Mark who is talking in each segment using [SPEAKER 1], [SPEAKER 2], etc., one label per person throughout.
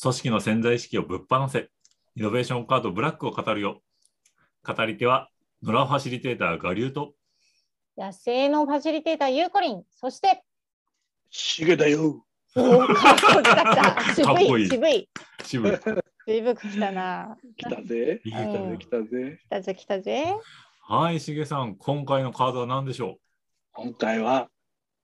[SPEAKER 1] 組織の潜在意識をぶっ放せ。イノベーションカードブラックを語るよ。語り手は、野良ファシリテーター、我流と、
[SPEAKER 2] 野生のファシリテーター、ゆうこりん、そ して、
[SPEAKER 3] しげだよ。
[SPEAKER 2] おーかっこよかった。
[SPEAKER 1] かっこ
[SPEAKER 2] 渋
[SPEAKER 1] い
[SPEAKER 2] い、
[SPEAKER 1] い
[SPEAKER 2] 渋い。
[SPEAKER 1] 渋谷。
[SPEAKER 2] 渋く来たな。
[SPEAKER 3] 来たぜ。
[SPEAKER 1] いい
[SPEAKER 3] 来た
[SPEAKER 2] う
[SPEAKER 3] ぜ、
[SPEAKER 2] ん
[SPEAKER 3] 来たぜ。
[SPEAKER 2] 来たぜ、来たぜ。
[SPEAKER 1] はい、しげさん、今回のカードは何でしょ
[SPEAKER 3] 今回は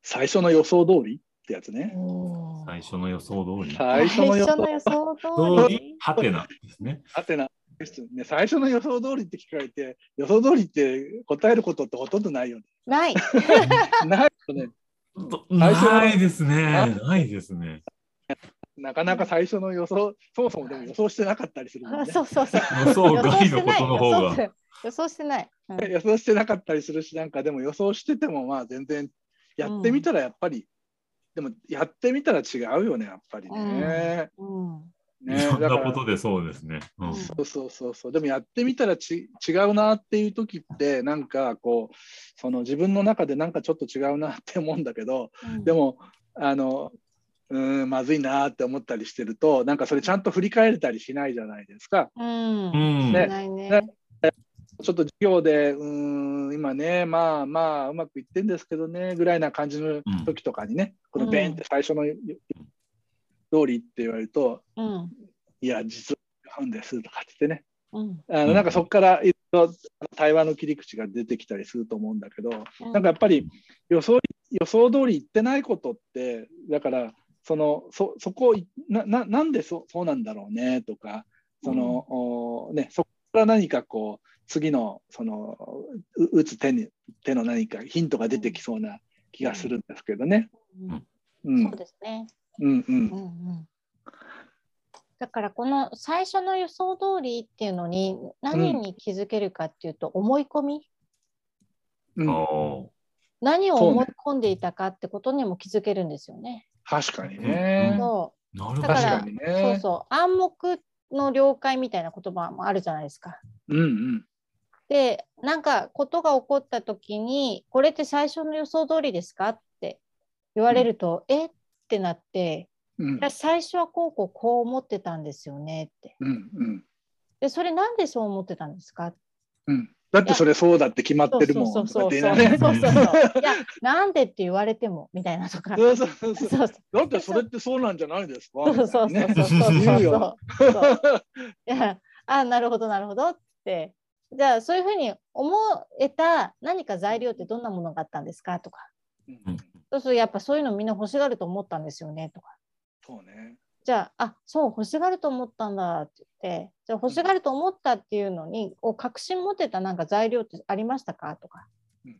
[SPEAKER 3] 最初の予想通りってやつね。
[SPEAKER 1] う最初の予想通り。
[SPEAKER 3] 最初の予
[SPEAKER 2] 最
[SPEAKER 3] 想
[SPEAKER 2] 初の予想
[SPEAKER 1] 通
[SPEAKER 2] 通
[SPEAKER 1] り
[SPEAKER 2] り、。
[SPEAKER 1] はてなです ね。
[SPEAKER 3] はてな。ね、最初の予想通りって聞かれて、予想通りって答えることってほとんどないよね。
[SPEAKER 2] ない。
[SPEAKER 3] ないよね。
[SPEAKER 1] ど
[SPEAKER 3] 最初の
[SPEAKER 1] ないですね。ないですね。
[SPEAKER 3] なかなか最初の予想、そもそもでも予想してなかったりするもん
[SPEAKER 2] あ
[SPEAKER 3] ね。
[SPEAKER 2] そうそうそう。
[SPEAKER 1] 予想
[SPEAKER 2] 予想
[SPEAKER 1] 外
[SPEAKER 2] し
[SPEAKER 1] の
[SPEAKER 2] て
[SPEAKER 1] こ
[SPEAKER 2] ない。
[SPEAKER 1] との
[SPEAKER 2] 予
[SPEAKER 1] 方
[SPEAKER 2] 想
[SPEAKER 1] が
[SPEAKER 2] し。て予想してない。うん
[SPEAKER 3] 予想してなかったりするし、なんかでも予想してても、まあ全然やってみたらやっぱり、でもやってみたら違うよね、やっぱりね。
[SPEAKER 2] うん
[SPEAKER 1] い
[SPEAKER 3] ね
[SPEAKER 1] ろん
[SPEAKER 3] だか
[SPEAKER 1] なこ
[SPEAKER 3] ら
[SPEAKER 1] とでそうですね。うん
[SPEAKER 2] うん
[SPEAKER 3] そうそうそうそうでもやってみたらち違うなっていう時ってなんかこうその自分の中でなんかちょっと違うなって思うんだけどでもあのうーんまずいなって思ったりしてるとなんかそれちゃんと振り返れたりしないじゃないですか。
[SPEAKER 2] うん。
[SPEAKER 1] う
[SPEAKER 2] うん。
[SPEAKER 1] ん。
[SPEAKER 3] ね
[SPEAKER 2] ないね。
[SPEAKER 3] ねちょっと授業でうーん今ねまあまあうまくいってんですけどねぐらいな感じの時とかにね、このベーンって最初のよ通りって言われると
[SPEAKER 2] うん。
[SPEAKER 3] いや実は違うんですとかって言ってね
[SPEAKER 2] うん。
[SPEAKER 3] あ
[SPEAKER 1] う
[SPEAKER 3] の
[SPEAKER 1] ん
[SPEAKER 3] なんかそこからいろいろ対話の切り口が出てきたりすると思うんだけど、なんかやっぱり予想予想通り言ってないことってだからそのそそこをいなななんでそそうなんだろうねとかその、
[SPEAKER 2] うん
[SPEAKER 3] おね、そこから何かこう次のそのう打つ手に手の何かヒントが出てきそうな気がするんですけどね。
[SPEAKER 2] うん
[SPEAKER 3] う
[SPEAKER 2] そ
[SPEAKER 3] ん
[SPEAKER 2] うですね。
[SPEAKER 3] うんうん
[SPEAKER 2] うんうんだからこの最初の予想通りっていうのに何に気づけるかっていうと思い込み、
[SPEAKER 3] うん
[SPEAKER 1] お
[SPEAKER 2] 何を思い込んでいたかってことにも気づけるんですよね。
[SPEAKER 3] 確かに
[SPEAKER 1] う
[SPEAKER 3] ね。
[SPEAKER 1] ん
[SPEAKER 2] そ
[SPEAKER 1] ーなるほど。
[SPEAKER 2] だ
[SPEAKER 3] 確
[SPEAKER 2] から
[SPEAKER 3] かに
[SPEAKER 2] うそう
[SPEAKER 3] ね。
[SPEAKER 2] そう暗黙の了解みたいな言葉もあるじゃないですか。
[SPEAKER 3] うんうん
[SPEAKER 2] でなんかことが起こった時にこれって最初の予想通りですかって言われると、えってなって
[SPEAKER 3] う
[SPEAKER 2] い
[SPEAKER 3] ん
[SPEAKER 2] や最初はこうこうこう思ってたんですよねって
[SPEAKER 3] うんうん
[SPEAKER 2] でそれなんでそう思ってたんですか
[SPEAKER 3] うんだってそれそうだって決まってるも
[SPEAKER 2] そ
[SPEAKER 3] ん
[SPEAKER 2] う
[SPEAKER 3] とか
[SPEAKER 2] そ
[SPEAKER 3] っ
[SPEAKER 2] うそう
[SPEAKER 3] て
[SPEAKER 2] そう。
[SPEAKER 3] ね。
[SPEAKER 2] そうそうそういや、なんでって言われてもみたいなとか。
[SPEAKER 3] そうそうそう
[SPEAKER 2] そう
[SPEAKER 3] そう
[SPEAKER 2] そう
[SPEAKER 3] だってそれってそうなんじゃないですか。
[SPEAKER 2] そうそうそうそうそう
[SPEAKER 3] みた
[SPEAKER 2] そう
[SPEAKER 3] いなね言う
[SPEAKER 2] そ
[SPEAKER 3] よ
[SPEAKER 2] うそう。 いや、 あ、なるほどなるほどって。じゃあそういうふうに思えた何か材料ってどんなものがあったんですかとか。
[SPEAKER 1] うん
[SPEAKER 2] そうそうやっぱそういうのみんな欲しがると思ったんですよねとか。
[SPEAKER 3] そうね。
[SPEAKER 2] じゃあ、あ、そう欲しがると思ったんだって言って、じゃあ欲しがると思ったっていうのに、を確信持てたなんか材料ってありましたかとか、
[SPEAKER 3] うん
[SPEAKER 2] っ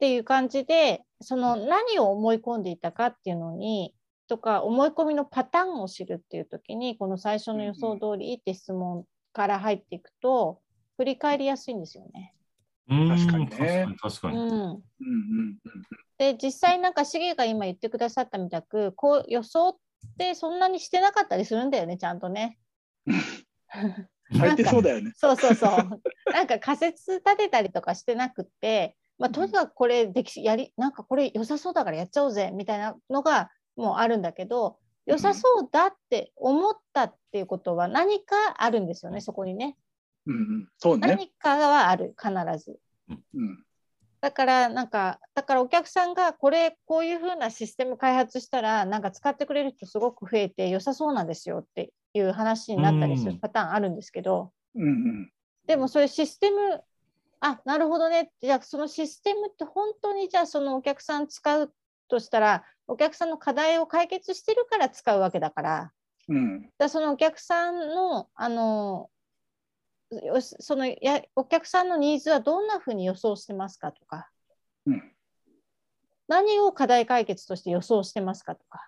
[SPEAKER 2] ていう感じで、その何を思い込んでいたかっていうのに、とか思い込みのパターンを知るっていう時に、この最初の予想通りって質問から入っていくと、振り返りやすいんですよね。
[SPEAKER 1] うん
[SPEAKER 3] 確かにね
[SPEAKER 1] 確か
[SPEAKER 2] う
[SPEAKER 1] に。確かに
[SPEAKER 2] ん。
[SPEAKER 3] うんうん
[SPEAKER 2] で実際なんかシゲが今言ってくださったみたくこう予想ってそんなにしてなかったりするんだよねちゃんとね。
[SPEAKER 3] うん。大抵そうだよね。
[SPEAKER 2] そうそうそう。なんか仮説立てたりとかしてなくって、まあ、とにかくこれできやりなんかこれ良さそうだからやっちゃおうぜみたいなのがもうあるんだけど良さそうだって思ったっていうことは何かあるんですよねそこにね。
[SPEAKER 3] うんうん。そうね。
[SPEAKER 2] 何かはある必ず。
[SPEAKER 3] うん
[SPEAKER 2] だからなんかだからお客さんがこれこういう風なシステム開発したらなんか使ってくれる人すごく増えて良さそうなんですよっていう話になったりす
[SPEAKER 1] う
[SPEAKER 2] る
[SPEAKER 1] ん
[SPEAKER 2] パターンあるんですけど、
[SPEAKER 3] うんうん。
[SPEAKER 2] でもそれシステムあなるほどねじゃあそのシステムって本当にじゃあそのお客さん使うとしたらお客さんの課題を解決してるから使うわけだから
[SPEAKER 3] うん
[SPEAKER 2] だからそのお客さんのあのよしそのやお客さんのニーズはどんな風に予想してますかとか。
[SPEAKER 3] うん
[SPEAKER 2] 何を課題解決として予想してますかとか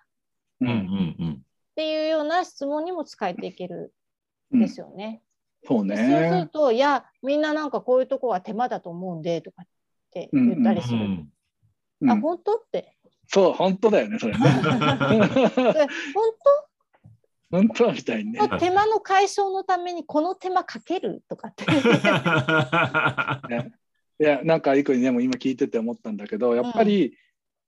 [SPEAKER 3] う
[SPEAKER 1] うんうん
[SPEAKER 3] ん
[SPEAKER 1] うん。
[SPEAKER 2] っていうような質問にも使えていける
[SPEAKER 3] うんん
[SPEAKER 2] で。すよね。
[SPEAKER 3] そう
[SPEAKER 2] でそうする
[SPEAKER 3] ね。
[SPEAKER 2] と、いや、みんななんかこういうとこは手間だと思うんでとかって言ったりす
[SPEAKER 1] う
[SPEAKER 2] る。
[SPEAKER 1] ん
[SPEAKER 3] う
[SPEAKER 2] あ、
[SPEAKER 3] ん
[SPEAKER 2] 本当って。
[SPEAKER 3] そう本当だよ ねそれね。
[SPEAKER 2] それ本
[SPEAKER 3] 本当みたいにね
[SPEAKER 2] 当。の手間の解消のためにこの手間かけるとか って。
[SPEAKER 3] いやなんかいくにでも今聞いてて思ったんだけどやっぱり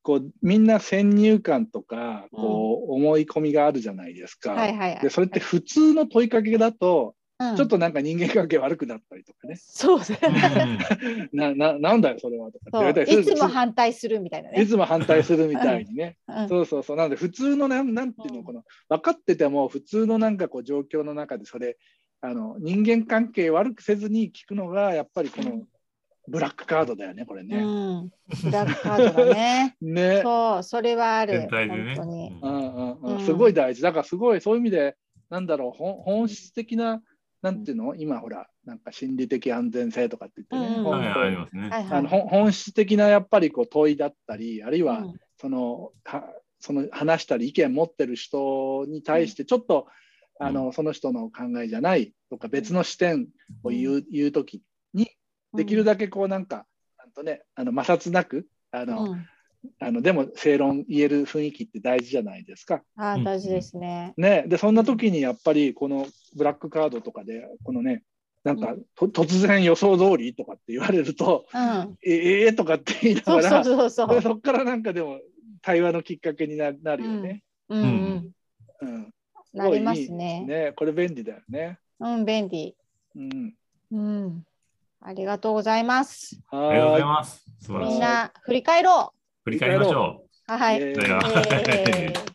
[SPEAKER 3] こうみんな先入観とかこう思い込みがあるじゃないですか。
[SPEAKER 2] はいはいはい
[SPEAKER 3] でそれって普通の問いかけだと、
[SPEAKER 2] うん
[SPEAKER 3] ちょっとなんか人間関係悪くなったりとかね、
[SPEAKER 2] そうだよね
[SPEAKER 3] なななんだよそれはとかって言われた
[SPEAKER 2] そう
[SPEAKER 3] りする
[SPEAKER 2] いつも反対するみたいなね
[SPEAKER 3] い。つも反対するみたいにね、
[SPEAKER 2] うん
[SPEAKER 3] そうそうそうなので普通のなんなんていう
[SPEAKER 2] うん
[SPEAKER 3] のこの分かってても普通のなんかこう状況の中でそれあの人間関係悪くせずに聞くのがやっぱりこ
[SPEAKER 2] う
[SPEAKER 3] のブラックカードだよねこれね。
[SPEAKER 2] うん、ブラックカードだ ね。
[SPEAKER 3] ね。
[SPEAKER 2] そう、それはある。
[SPEAKER 1] 全体でね
[SPEAKER 2] 本当に。
[SPEAKER 3] う
[SPEAKER 1] うん
[SPEAKER 3] んうんうん
[SPEAKER 2] うん
[SPEAKER 3] すごい大事だからすごいそういう意味でなんだろう本本質的ななんていうの今ほらなんか心理的安全性とかって言ってね、
[SPEAKER 2] うんうん
[SPEAKER 1] はい、あり
[SPEAKER 3] 本
[SPEAKER 1] ますね。
[SPEAKER 2] はい
[SPEAKER 3] 当あの
[SPEAKER 2] はい。
[SPEAKER 3] 本本質的なやっぱりこう問いだったりあるいは、
[SPEAKER 2] うん
[SPEAKER 3] そのはその話したり意見持ってる人に対してちょっと、
[SPEAKER 1] うん
[SPEAKER 3] あのその人の考えじゃないとか別の視点を言う,、言う時できるだけこうなんかちゃんとねあの摩擦なくあの、
[SPEAKER 2] うん
[SPEAKER 3] あのでも正論言える雰囲気って大事じゃないですか。
[SPEAKER 2] あー大事ですね。
[SPEAKER 3] ね、でそんな時にやっぱりこのブラックカードとかでこのねなんかと突然予想通りとかって言われると
[SPEAKER 2] うん。
[SPEAKER 3] ええーとかって言いな
[SPEAKER 2] そ
[SPEAKER 3] が
[SPEAKER 2] うそ
[SPEAKER 3] ら
[SPEAKER 2] うそう そ
[SPEAKER 3] で
[SPEAKER 2] う。
[SPEAKER 3] そっからなんかでも対話のきっかけにななるよね。
[SPEAKER 2] うんうん。
[SPEAKER 3] うん
[SPEAKER 2] なります
[SPEAKER 3] いい
[SPEAKER 2] ね。
[SPEAKER 3] ねこれ便利だよね。
[SPEAKER 2] うん、便利。
[SPEAKER 3] うん。
[SPEAKER 2] うん。ありがとうございます。
[SPEAKER 1] ありがとうご
[SPEAKER 3] は
[SPEAKER 1] ざい
[SPEAKER 3] ーい。
[SPEAKER 1] ます。素晴ら
[SPEAKER 2] み
[SPEAKER 1] し
[SPEAKER 2] ん
[SPEAKER 1] い。
[SPEAKER 2] な振り返ろ
[SPEAKER 1] 振り返りましょ
[SPEAKER 2] う。はい。
[SPEAKER 3] イエ
[SPEAKER 1] う。
[SPEAKER 3] ーイ
[SPEAKER 1] では
[SPEAKER 2] えー